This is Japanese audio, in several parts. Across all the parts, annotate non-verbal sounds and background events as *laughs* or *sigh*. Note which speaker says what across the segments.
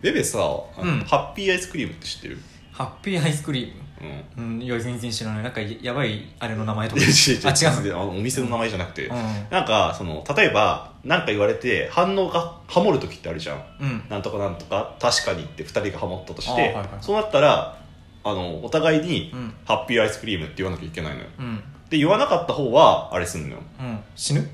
Speaker 1: ベベさ、あの
Speaker 2: うん
Speaker 1: ハッピーアイスクリームって知ってる
Speaker 2: ハッピーアイスクリーム
Speaker 1: うん。い
Speaker 2: うん、いや全然知らないなんかややばいあれの名前とか
Speaker 1: や
Speaker 2: あ違
Speaker 1: 違う違う
Speaker 2: う
Speaker 1: あのお店の名前じゃなくて、
Speaker 2: うん
Speaker 1: なんかその例えば何か言われて反応がハモる時ってあるじゃん
Speaker 2: うん
Speaker 1: なんとかなんとか確かにって2人がハモったとして、
Speaker 2: あはいはい
Speaker 1: そうなったらあのお互いに、
Speaker 2: うん
Speaker 1: ハッピーアイスクリームって言わなきゃいけないのよ
Speaker 2: うん
Speaker 1: で言わなかった方はあれすんのよ
Speaker 2: うん死ぬ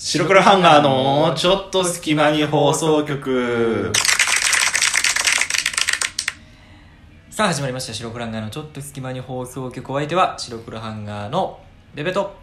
Speaker 1: 白黒ハンガーのちょっと隙間に放送局
Speaker 2: さあ始まりました「白黒ハンガーのちょっと隙間に放送局」お相手は白黒ハンガーのベベと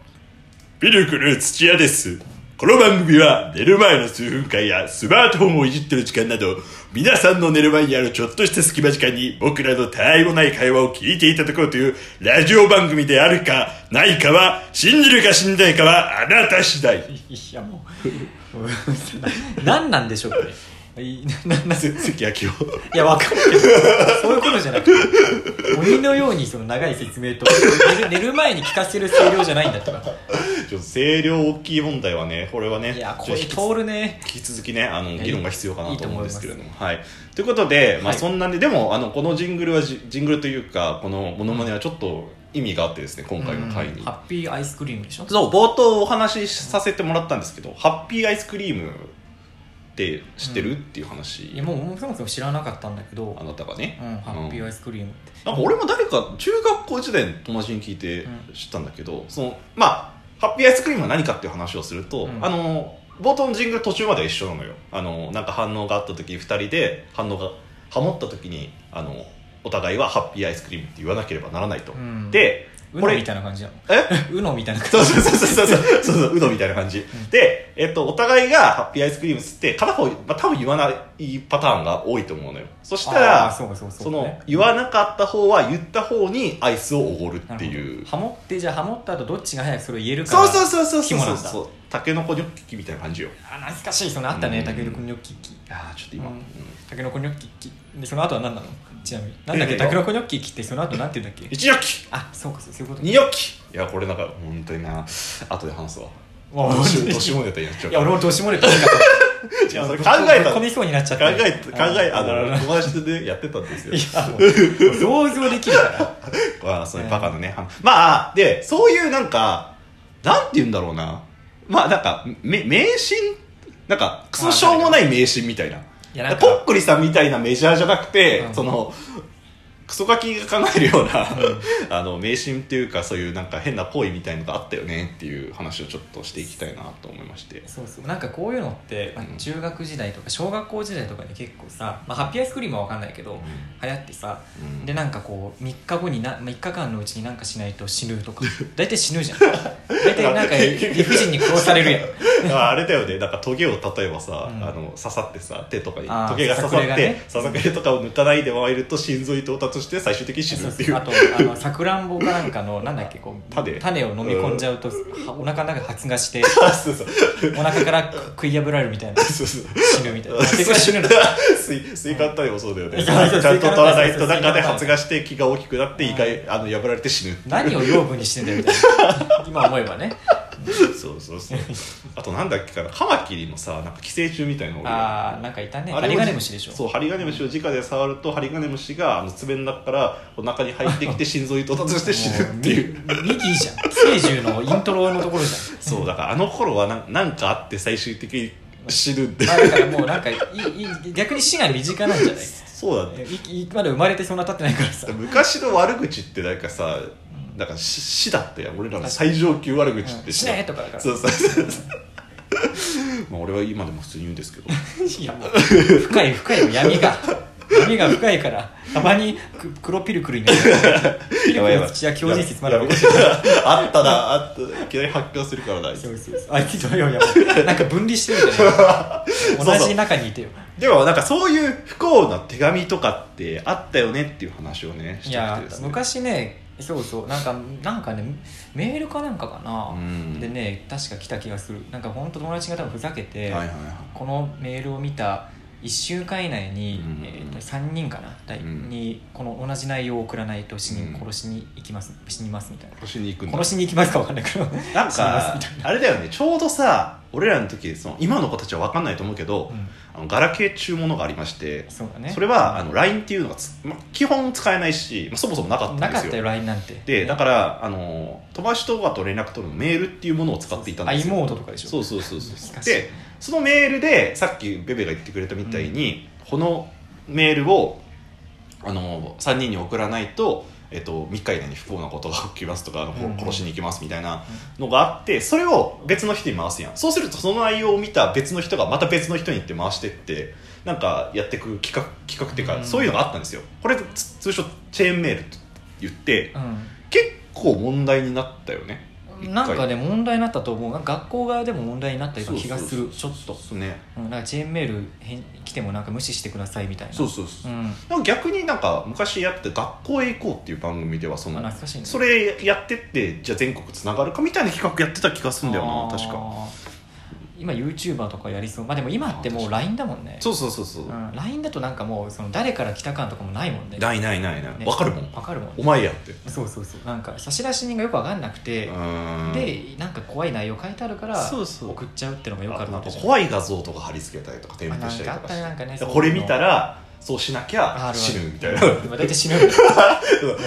Speaker 1: ビルクル土屋ですこの番組は寝る前の数分間やスマートフォンをいじってる時間など皆さんの寝る前にあるちょっとした隙間時間に僕らのたいもない会話を聞いていただこうというラジオ番組であるかないかは信じるか信じないかはあなた次第
Speaker 2: *laughs* いやもう *laughs* 何なんでしょうこれいなんなんい
Speaker 1: 関明夫
Speaker 2: やわかるけどそういうことじゃなくて鬼のようにその長い説明と寝る寝る前に聞かせる声量じゃないんだってば
Speaker 1: ちょっと声量大きい問題はねこれはね
Speaker 2: いや
Speaker 1: ちょっと
Speaker 2: 声
Speaker 1: 引き
Speaker 2: 通るね
Speaker 1: 引き続きねあの
Speaker 2: や
Speaker 1: 議論が必要か
Speaker 2: い
Speaker 1: ないと
Speaker 2: と
Speaker 1: 思
Speaker 2: 思
Speaker 1: うん
Speaker 2: いま
Speaker 1: です
Speaker 2: す
Speaker 1: けれどもはいということで、まあ、
Speaker 2: はい
Speaker 1: そんなんででもあのこのジングルはジジングルというかこのモノマネはちょっと意味があってですね今回の回
Speaker 2: う
Speaker 1: に
Speaker 2: んハッピーアイスクリームでしょ
Speaker 1: そう冒頭お話しさせてもらったんですけどハッピーアイスクリームって知ってる、っていう話
Speaker 2: いやもうもうそもそも知らなかったんだけど
Speaker 1: あなたがね、
Speaker 2: うん、ハッピーアイスクリームって。
Speaker 1: なんか俺も誰か中学校時代の友達に聞いて
Speaker 2: うん
Speaker 1: 知ったんだけど、そのまあハッピーアイスクリームは何かっていう話をすると、
Speaker 2: うん
Speaker 1: あの冒頭のジングル途中までは一緒なのよあのなんか反応があった時2人で反応がハモった時にあのお互いはハッピーアイスクリームって言わなければならないと、
Speaker 2: うん、
Speaker 1: で
Speaker 2: う
Speaker 1: こ
Speaker 2: の
Speaker 1: れ
Speaker 2: みたいな感じなの。 *laughs*
Speaker 1: え
Speaker 2: うのみたいな感
Speaker 1: そうそうそうそうそうそうそううどみたいな感じ、
Speaker 2: ん
Speaker 1: で、えっと、お互いがハッピーアイスクリーム吸って片方、まあ、多分言わないパターンが多いと思うのよそ
Speaker 2: じ。
Speaker 1: したら
Speaker 2: あーそうそうそう
Speaker 1: その言わなかった方は言った方にアイスをおごるっていう
Speaker 2: ハモって、じゃあハモった後どっちが早くそれを言えるか。
Speaker 1: そうそう
Speaker 2: う。
Speaker 1: そうそうそう
Speaker 2: 肝なんだ
Speaker 1: そうそうタケノコニョッキみたいな感じよ
Speaker 2: あ、懐かしい。そのあった
Speaker 1: うん
Speaker 2: ね、タケノコニョッキッキ。
Speaker 1: ああちょっと今、
Speaker 2: うん
Speaker 1: うん
Speaker 2: タケノコニョッキッキ。で、その後は何なのちなみに。なんだっ
Speaker 1: え
Speaker 2: け、
Speaker 1: え
Speaker 2: タケノコニョッキッキってその後なんて言うんだっけ
Speaker 1: 1ニョッキ
Speaker 2: あ、そうか、そうそういうこと
Speaker 1: 2
Speaker 2: ね。
Speaker 1: ニョッキいやこれなんか本当にな後で話すわ
Speaker 2: わ
Speaker 1: 年
Speaker 2: あ本当に
Speaker 1: 年もネタになっちゃう
Speaker 2: い
Speaker 1: か
Speaker 2: や、
Speaker 1: ら
Speaker 2: 俺も年漏れてなかった。
Speaker 1: *laughs* いやそれ考えた
Speaker 2: 込
Speaker 1: 考
Speaker 2: み
Speaker 1: え
Speaker 2: そうになっちゃった。
Speaker 1: 考えあ
Speaker 2: うん
Speaker 1: の友達でやってたんですよ
Speaker 2: いや、もう想像できるから。
Speaker 1: *laughs* まあ、そういうバカのね、はまあ、で、そういうなんか、なんて言うんだろうな。まあ、なんか、め迷信なんか、クソしょうもない迷信みたいな。
Speaker 2: いや、なん
Speaker 1: ポッ
Speaker 2: か、
Speaker 1: クリさんみたいなメジャーじゃなくて、
Speaker 2: うん
Speaker 1: その、クソガキが考えるような、あの、迷信っていうか、そういうなんか変な行為みたいのがあったよねっていう話をちょっとしていきたいなと思いまして。
Speaker 2: そうそうなんかこういうのって、まあ
Speaker 1: うん
Speaker 2: 中学時代とか小学校時代とかで結構さ、まあ、ハッピーアイスクリームは分かんないけど、流行ってさ
Speaker 1: うん
Speaker 2: でなんかこう3日後にな3日間のうちになんかしないと死ぬとか
Speaker 1: *laughs*
Speaker 2: 大体死ぬじゃん大体なんか理不尽に殺されるやん
Speaker 1: ああれだよねなんかトゲを例えばさ、
Speaker 2: うん
Speaker 1: あの刺さってさ手とかに
Speaker 2: あー
Speaker 1: トゲが刺さっ
Speaker 2: ささくれが
Speaker 1: て
Speaker 2: ね
Speaker 1: ささくれとかを抜かないで回ると心臓に到達して最終的に死ぬっていう
Speaker 2: あとあのさくらんぼかなんかのなんだっけこう
Speaker 1: 種
Speaker 2: を飲み込んじゃうと、はお腹の中発芽して
Speaker 1: あそうそう
Speaker 2: お腹から食い破られるみたい
Speaker 1: *laughs*
Speaker 2: な
Speaker 1: そうそう
Speaker 2: 死ぬみたいな結局死ぬの
Speaker 1: スイスイカあったりもそうだよね、
Speaker 2: うん
Speaker 1: ちゃんと
Speaker 2: そうそう
Speaker 1: 取らないと
Speaker 2: スイカあったり
Speaker 1: 中で発芽して気が大きくなって
Speaker 2: うん
Speaker 1: 胃があの破られて死ぬっていう
Speaker 2: 何を養分にしてんだよみたいな今思えばね
Speaker 1: そうそうそうあとなんだっけかなカマキリのさなんか寄生虫みたいなのがいる
Speaker 2: ああなんかいたね
Speaker 1: あ
Speaker 2: ハ
Speaker 1: れを
Speaker 2: リガネムシでしょ
Speaker 1: そうハリガネムシを直で触るとハリガネムシがあの爪の中からお腹に入
Speaker 2: *laughs*
Speaker 1: ってきて心臓に到達して死ぬっていう
Speaker 2: もうミミギーじゃん聖獣のイントロのところじゃ
Speaker 1: そうだからあの頃はなんなんかあって最終的に死ぬって
Speaker 2: *laughs* ん、まあ、だからもうなんかいいい逆に死が身近なんじゃない
Speaker 1: そうだね
Speaker 2: いいまだ生まれてそんな経ってないからさ
Speaker 1: 昔の悪口ってなんかさなんか死死だって俺らの最上級悪口っ
Speaker 2: う
Speaker 1: て
Speaker 2: ん死ねとかだから
Speaker 1: そうそうそう *laughs* そうまあ俺は今でも普通に言うんですけ
Speaker 2: *laughs*
Speaker 1: ど
Speaker 2: いやもう深い深いよ闇が闇が深いからたまにく黒ピルクルになるピルクルの土は強靭説まだ残ってる
Speaker 1: *laughs* あったなあったいきなり発狂するからなあいつ
Speaker 2: そうそうそうあいつのようやばいなんか分離してるみ
Speaker 1: *laughs*
Speaker 2: たいな同じ中にいてよ
Speaker 1: でもなんかそういう不幸な手紙とかってあったよねっていう話をねして
Speaker 2: い
Speaker 1: き
Speaker 2: や
Speaker 1: てですね
Speaker 2: 昔ねそうそうなんかなんかねメールかなんかかな、
Speaker 1: うん
Speaker 2: でね確か来た気がするなんか本当友達が多分ふざけて、
Speaker 1: はいはいはい
Speaker 2: このメールを見た1週間以内に、
Speaker 1: うん
Speaker 2: えーと3人かな、だい
Speaker 1: うん
Speaker 2: にこの同じ内容を送らないと死に、
Speaker 1: うん
Speaker 2: 殺しに行きます死にますみたいな
Speaker 1: 星に行くんだ
Speaker 2: 殺しに行きますか分かんないけど
Speaker 1: なん
Speaker 2: 死にます
Speaker 1: か
Speaker 2: みたいな、
Speaker 1: あれだよね、ちょうどさ、俺らの時、その今の子たちは分かんないと思うけど、
Speaker 2: う
Speaker 1: あのガラケーっちゅうものがありまして
Speaker 2: ん、、そうだね
Speaker 1: それはあの LINE っていうのがつ、ま、基本使えないし、ま、そもそもなかった
Speaker 2: なん
Speaker 1: で
Speaker 2: かっ
Speaker 1: す
Speaker 2: た
Speaker 1: よ。
Speaker 2: よ LINE なんて
Speaker 1: で、だから、あの飛ばしとかと連絡取るメールっていうものを使っていたんです
Speaker 2: i
Speaker 1: よ。
Speaker 2: モードとかでしょ
Speaker 1: そうそうそうそ
Speaker 2: 懐
Speaker 1: う
Speaker 2: かしい
Speaker 1: でそのメールでさっきベベが言ってくれたみたいに、このメールをあの3人に送らないと、えっと、3日以内に不幸なことが起きますとかあの
Speaker 2: うんうん
Speaker 1: 殺しに行きますみたいなのがあってそれを別の人に回すやんそうするとその内容を見た別の人がまた別の人に行って回してってなんかやってく企画企画っていうか、
Speaker 2: うん
Speaker 1: そういうのがあったんですよこれつ通称チェーンメールと言って
Speaker 2: うん
Speaker 1: 結構問題になったよね
Speaker 2: なんかね問題になったと思う学校側でも問題になったような気がするちょっと、
Speaker 1: そうね
Speaker 2: うん、なんかチェーンメール返来てもなんか無視してくださいみたいな
Speaker 1: そうそうそう、
Speaker 2: うん、
Speaker 1: なんか逆になんか昔やってた学校へ行こうっていう番組ではそ
Speaker 2: あ
Speaker 1: の
Speaker 2: 懐かしいね
Speaker 1: それやってってじゃあ全国つながるかみたいな企画やってた気がするんだよな確か
Speaker 2: あー今 YouTuber とかやりそうまあでも今ってもう LINE だもんね
Speaker 1: そうそうそうそう、
Speaker 2: うん、LINE だとなんかもうその誰から来た感とかもないもんね
Speaker 1: ないないないない、
Speaker 2: ね
Speaker 1: わかるもん
Speaker 2: わかるもん
Speaker 1: お前やって
Speaker 2: そうそうそうなんか差出人がよくわかんなくて
Speaker 1: う、ーん
Speaker 2: でなんか怖い内容書いてあるから
Speaker 1: そうそう
Speaker 2: 送っちゃうってのがよくあ
Speaker 1: あ
Speaker 2: る
Speaker 1: な
Speaker 2: なんって
Speaker 1: か
Speaker 2: じゃん
Speaker 1: 怖い画像とか貼り付けたりとか添付したりとか
Speaker 2: あなんかあったねなん
Speaker 1: し
Speaker 2: か
Speaker 1: て
Speaker 2: ね
Speaker 1: これ見たらそうしなき
Speaker 2: あ
Speaker 1: ゃ
Speaker 2: るある
Speaker 1: 死ぬみたいな *laughs*
Speaker 2: まあ大体死ぬ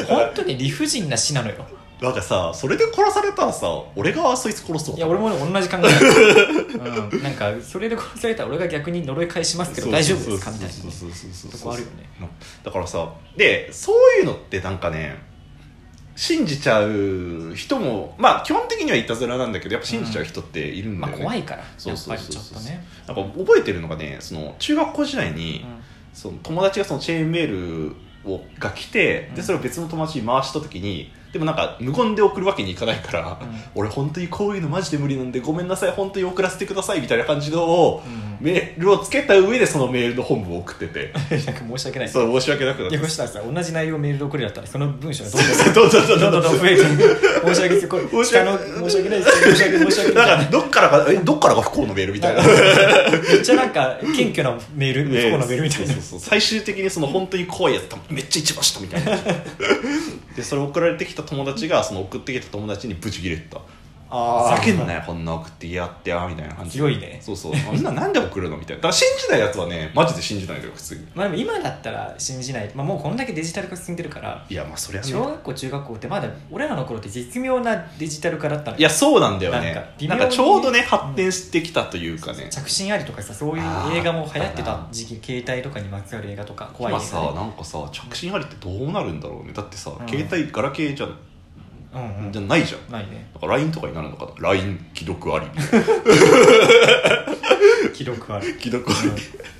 Speaker 2: 本当に理不尽な死なのよ
Speaker 1: なんかさそれで殺されたらさ俺がそいつ殺そう
Speaker 2: い
Speaker 1: い
Speaker 2: や俺もね同じ考えだ
Speaker 1: *laughs*
Speaker 2: ようん、なんかそれで殺されたら俺が逆に呪い返しますけど大丈夫ですかみたいなね
Speaker 1: そうそうそうそうそう
Speaker 2: とこあるよね
Speaker 1: だからさでそういうのってなんかね信じちゃう人もまあ基本的にはいたずらなんだけどやっぱ信じちゃう人っているん
Speaker 2: ま
Speaker 1: だ
Speaker 2: あ
Speaker 1: よね、
Speaker 2: 怖いからや
Speaker 1: そう
Speaker 2: っ
Speaker 1: そ
Speaker 2: ぱ
Speaker 1: う
Speaker 2: り
Speaker 1: そう
Speaker 2: ちょっ
Speaker 1: そ
Speaker 2: と
Speaker 1: う
Speaker 2: ね
Speaker 1: なんか覚えてるのがねその中学校時代に、その友達がそのチェーンメールをが来て
Speaker 2: うん
Speaker 1: でそれを別の友達に回した時にでもなんか無言で送るわけにいかないから、
Speaker 2: うん
Speaker 1: 俺本当にこういうのマジで無理なんでごめんなさい本当に送らせてくださいみたいな感じのを
Speaker 2: うんうん
Speaker 1: メールをつけた上でそのメールの本部を送ってて
Speaker 2: なん *laughs* か申し訳ない
Speaker 1: そう申し訳なくなっ
Speaker 2: い
Speaker 1: て
Speaker 2: やそしたらさ同じ内容メールで送るだったらその文章がどん
Speaker 1: *laughs* どうぞどう
Speaker 2: どんどんどんどん増えて申し訳ないですこれ
Speaker 1: 申し訳
Speaker 2: 下の申し訳ないです申し訳ない申し訳ない
Speaker 1: なんかどっからがえどっからが不幸のメールみたい
Speaker 2: *laughs*
Speaker 1: な
Speaker 2: めっちゃなんか謙虚なメール不幸なメールみたい
Speaker 1: そう
Speaker 2: な
Speaker 1: そうそう最終的にその本当に怖いやつめっちゃ一番下みたい
Speaker 2: *laughs*
Speaker 1: なでそれ送られてきた友達がその送ってきた友達にブチ切れてた
Speaker 2: あ
Speaker 1: ふ
Speaker 2: あ
Speaker 1: ざけんなよこんな送ってきやってやみたいな感じ
Speaker 2: 強いね
Speaker 1: そうそう *laughs* みんななんで送るのみたいなだから信じないやつはねマジで信じないのよ普通に
Speaker 2: まあでも今だったら信じない、まあ、もうこんだけデジタル化進んでるから
Speaker 1: いやまあそりゃね
Speaker 2: 小学校中学校ってまだ俺らの頃って絶妙なデジタル化だったのよ
Speaker 1: いやそうなんだよね
Speaker 2: なんか微
Speaker 1: な
Speaker 2: 妙
Speaker 1: ん
Speaker 2: に
Speaker 1: かちょうどね発展してきたというかね
Speaker 2: 着信ありとかさそういう映画も流行ってた時期携帯とかにまつわる映画とか怖い映
Speaker 1: 今
Speaker 2: 画、
Speaker 1: さなんかさ着信ありってどうなるんだろうねだってさ、
Speaker 2: ん
Speaker 1: 携帯ガラケーじゃ,、
Speaker 2: うんうん
Speaker 1: じゃないじゃん
Speaker 2: ないね
Speaker 1: だから LINE とかになるのかな LINE 既読ありみ *laughs* たいな
Speaker 2: 記録ある
Speaker 1: 既読あり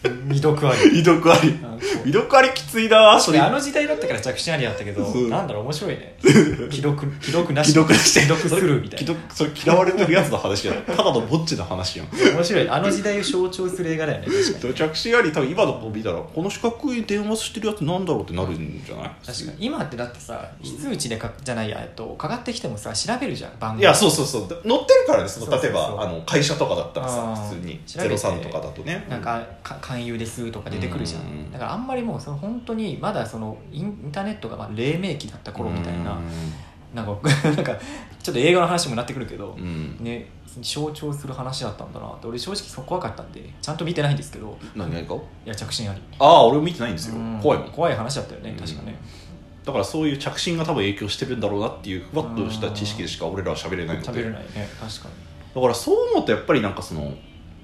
Speaker 2: うん未読ある
Speaker 1: 未読あり
Speaker 2: うん
Speaker 1: 未読ありきついなそ
Speaker 2: 確
Speaker 1: れ
Speaker 2: かにあの時代だったから着信ありだったけど
Speaker 1: そう
Speaker 2: なんだろう面白いね既読既読なし
Speaker 1: 既読して
Speaker 2: 既読するみたい
Speaker 1: 既読それ嫌われてるやつの話やんただのぼっちの話やん
Speaker 2: な面白いあの時代を象徴する映画だよね確かに
Speaker 1: 着信あり多分今の子見たらこの四角い電話してるやつなんだろうってなるんじゃない
Speaker 2: 確かに今ってだってさ非通知でかじゃないやえっとかかってきてもさ調べるじゃん番号
Speaker 1: いやそうそうそう乗ってるからねそ
Speaker 2: そうそ
Speaker 1: の
Speaker 2: う
Speaker 1: 例
Speaker 2: そう
Speaker 1: えばあの会社とかだったら
Speaker 2: あ
Speaker 1: さ
Speaker 2: ー
Speaker 1: 普通に
Speaker 2: 調べて
Speaker 1: 03とかだとね
Speaker 2: なんかか勧誘ですとか出てくるじゃん、
Speaker 1: うん
Speaker 2: だからあんまりもうその本当にまだそのインインターネットがまあ黎明期だった頃みたいな、なんか *laughs* なんかちょっと映画の話もなってくるけど
Speaker 1: う、ん
Speaker 2: ね象徴する話だったんだなって俺正直そこ怖かったんでちゃんと見てないんですけど
Speaker 1: 何何か
Speaker 2: いや着信あり
Speaker 1: ああ俺も見てないんですよ
Speaker 2: うん
Speaker 1: 怖いもん
Speaker 2: 怖い話だったよね確かね、
Speaker 1: だからそういう着信が多分影響してるんだろうなっていうふわっとした知識でしか俺らは喋れないので
Speaker 2: 喋れないね確かに
Speaker 1: だからそう思うとやっぱりなんかその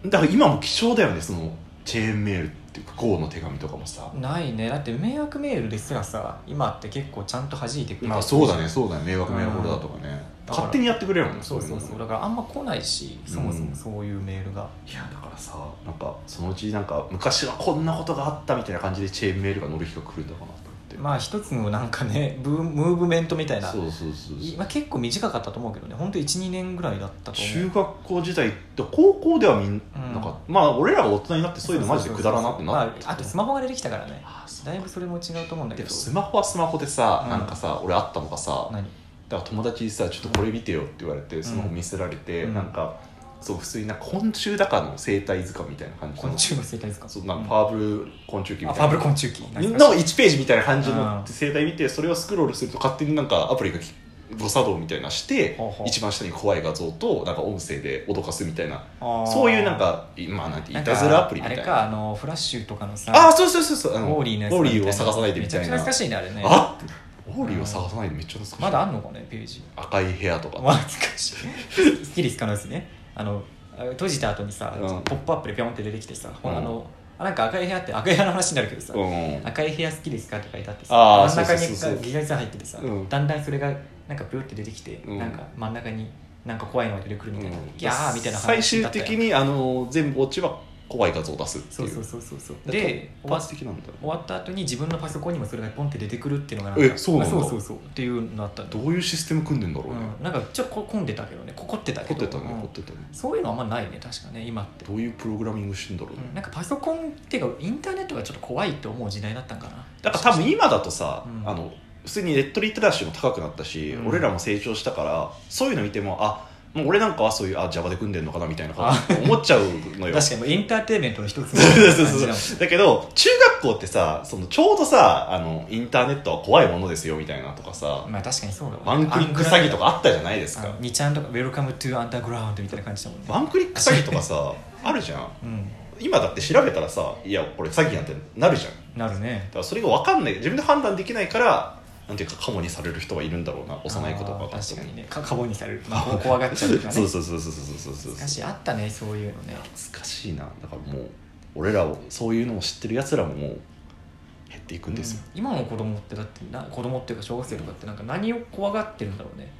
Speaker 1: だから今も希少だよねそのチェーンメールっていうかこうの手紙とかもさ、
Speaker 2: ないねだって迷惑メールですらさ今って結構ちゃんと弾いてくれ
Speaker 1: まあ
Speaker 2: たりする
Speaker 1: そうだねそうだね迷惑メールホルダーとかね、勝手にやってくれるもんね
Speaker 2: そうそうそう
Speaker 1: いの
Speaker 2: だからあんま来ないしそもそもそういうメールが、
Speaker 1: いやだからさなんかそのうちなんか昔はこんなことがあったみたいな感じでチェーンメールが乗る日が来るんだかなと思って、
Speaker 2: まあ一つのなんかねブームーブメントみたいな
Speaker 1: そうそうそうそう
Speaker 2: いまあ、結構短かったと思うけどね本当一12年ぐらいだったと思う
Speaker 1: 中学校時代って高校ではみんなんか、まあ俺らが大人になってそういうのマジでくだらなくなって
Speaker 2: まあ、あとスマホが出てきたからね
Speaker 1: あそう
Speaker 2: だいぶそれも違うと思うんだけ
Speaker 1: でも
Speaker 2: ど
Speaker 1: スマホはスマホでさ、
Speaker 2: うん
Speaker 1: なんかさ俺あったのがさ
Speaker 2: 何
Speaker 1: だから友達にさ「ちょっとこれ見てよ」って言われてスマホ見せられて、
Speaker 2: うん
Speaker 1: なんかそう普通になんか昆虫だからの生態図鑑みたいな感じの
Speaker 2: 昆虫の生態ですか
Speaker 1: そうなんかパーブル昆虫記み
Speaker 2: あ
Speaker 1: たいな
Speaker 2: ファブル昆虫記懐かしい
Speaker 1: の1ページみたいな感じ
Speaker 2: う
Speaker 1: の
Speaker 2: ん
Speaker 1: 生態見てそれをスクロールすると勝手になんかアプリがき誤作動みたいなして
Speaker 2: ほうほう
Speaker 1: 一番下に怖い画像となんか音声で脅かすみたいな
Speaker 2: あー
Speaker 1: そういうなんかまあなんてい
Speaker 2: なん
Speaker 1: た
Speaker 2: か
Speaker 1: ずらアプリみたい
Speaker 2: あ
Speaker 1: な
Speaker 2: れかあのフラッシュとかのさ
Speaker 1: ああそうそうそうそうあの
Speaker 2: オーリーのやつ
Speaker 1: オーリーを探さないでみたいな
Speaker 2: めちゃくちゃ懐かしいねあれね
Speaker 1: あオーリーを探さないでめっちゃ懐かしい
Speaker 2: まだあんのかねページ
Speaker 1: 赤い部屋と
Speaker 2: まあ
Speaker 1: か
Speaker 2: 懐かしいスッキリスカのやつねあのあ閉じた後にさ、
Speaker 1: うん
Speaker 2: ポップアップでピョンって出てきてさ、
Speaker 1: うん
Speaker 2: あのあなんか赤い部屋って赤い部屋の話になるけどさ、
Speaker 1: うん
Speaker 2: 赤い部屋好きですかって書いてあってさ
Speaker 1: あー
Speaker 2: 真ん中に
Speaker 1: そうそうそうそう
Speaker 2: ギザギザ入っててさ、
Speaker 1: うん
Speaker 2: だんだんそれがなんかブーって出てきて、
Speaker 1: うん
Speaker 2: なんか真ん中になんか怖いのが出てくるみたいな、
Speaker 1: うん
Speaker 2: ギャーみたいな
Speaker 1: 最
Speaker 2: 話
Speaker 1: 終
Speaker 2: だったよ
Speaker 1: 的にあの全部オチは怖い画像を出すって
Speaker 2: そ
Speaker 1: いうう
Speaker 2: そうそうそうそう
Speaker 1: で
Speaker 2: で
Speaker 1: 突
Speaker 2: 終わっ
Speaker 1: 発的なんだ
Speaker 2: 終わった後に自分のパソコンにもそれがポンって出てくるっていうのがなんか
Speaker 1: えそうなんだ
Speaker 2: そうそうそうっていうのあったんだ
Speaker 1: どういうシステム組んでんだろうね
Speaker 2: うん、なんかちょっとこ混んでたけどねここってた
Speaker 1: 凝
Speaker 2: け
Speaker 1: っ
Speaker 2: ど
Speaker 1: てたね
Speaker 2: うん
Speaker 1: 凝ってたね
Speaker 2: そういうのあんまないね確かね今って、
Speaker 1: どういうプログラミングしてんだろうね
Speaker 2: うんなんかパソコンっていうかインターネットがちょっと怖いと思う時代だったんかな
Speaker 1: だから多分今だとさ、
Speaker 2: うん
Speaker 1: あの普通にネットリテラシーも高くなったし、
Speaker 2: うん
Speaker 1: 俺らも成長したからそういうの見てもあもう俺なんかはそういうあ Java で組んでんのかなみたいなこと思っちゃうのよ
Speaker 2: 確かにもうエンターテインメントの一つみ
Speaker 1: *laughs*
Speaker 2: たい
Speaker 1: そう
Speaker 2: な
Speaker 1: そう
Speaker 2: 感じだも
Speaker 1: そ
Speaker 2: ん
Speaker 1: うだけど中学校ってさそのちょうどさあのインターネットは怖いものですよみたいなとかさ
Speaker 2: まあ確かにそうだ
Speaker 1: ワンクリック詐欺とかあったじゃないです
Speaker 2: あ
Speaker 1: か
Speaker 2: の2ちゃんとか「ウェルカムトゥアンダーグラウンド」みたいな感じだもんね
Speaker 1: ワンクリック詐欺とかさあるじゃん
Speaker 2: うん
Speaker 1: 今だって調べたらさいやこれ詐欺やんってなるじゃんだ
Speaker 2: なるね
Speaker 1: からそれが分かんない自分で判断できないからなんていうかカモにされる人はいるんだろうな幼い子とか
Speaker 2: あ
Speaker 1: が
Speaker 2: ー確かにねかカボにされる、まあ、怖がっちゃうとかね
Speaker 1: そうそうそうそうそうそうそう
Speaker 2: しかしあったねそういうのね
Speaker 1: 懐かしいなだからもう俺らをそういうのを知ってるやつらももう減っていくんですよ、
Speaker 2: うん今の子供ってだってな子供っていうか小学生とかってなんか何を怖がってるんだろうね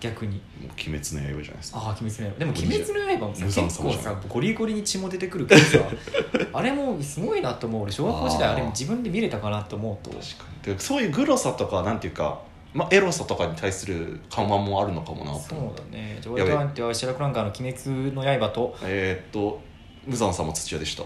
Speaker 2: 逆に
Speaker 1: もう鬼滅の刃じゃないですか
Speaker 2: ああ鬼滅の刃でも鬼滅の刃もさ
Speaker 1: 無惨
Speaker 2: 結
Speaker 1: 様
Speaker 2: 構
Speaker 1: じゃん
Speaker 2: さゴリゴリに血も出てくるけどさ *laughs* あれもすごいなと思う俺小学校時代
Speaker 1: あー
Speaker 2: あれ自分で見れたかなと思うと
Speaker 1: 確かにでそういうグロさとかなんていうか、まあ、エロさとかに対する緩和もあるのかもなと
Speaker 2: そう
Speaker 1: 思
Speaker 2: だねじゃあ
Speaker 1: や
Speaker 2: 俺
Speaker 1: べえ
Speaker 2: とアンティは白クランカーの「鬼滅の刃」と
Speaker 1: えーっと無惨様土屋でした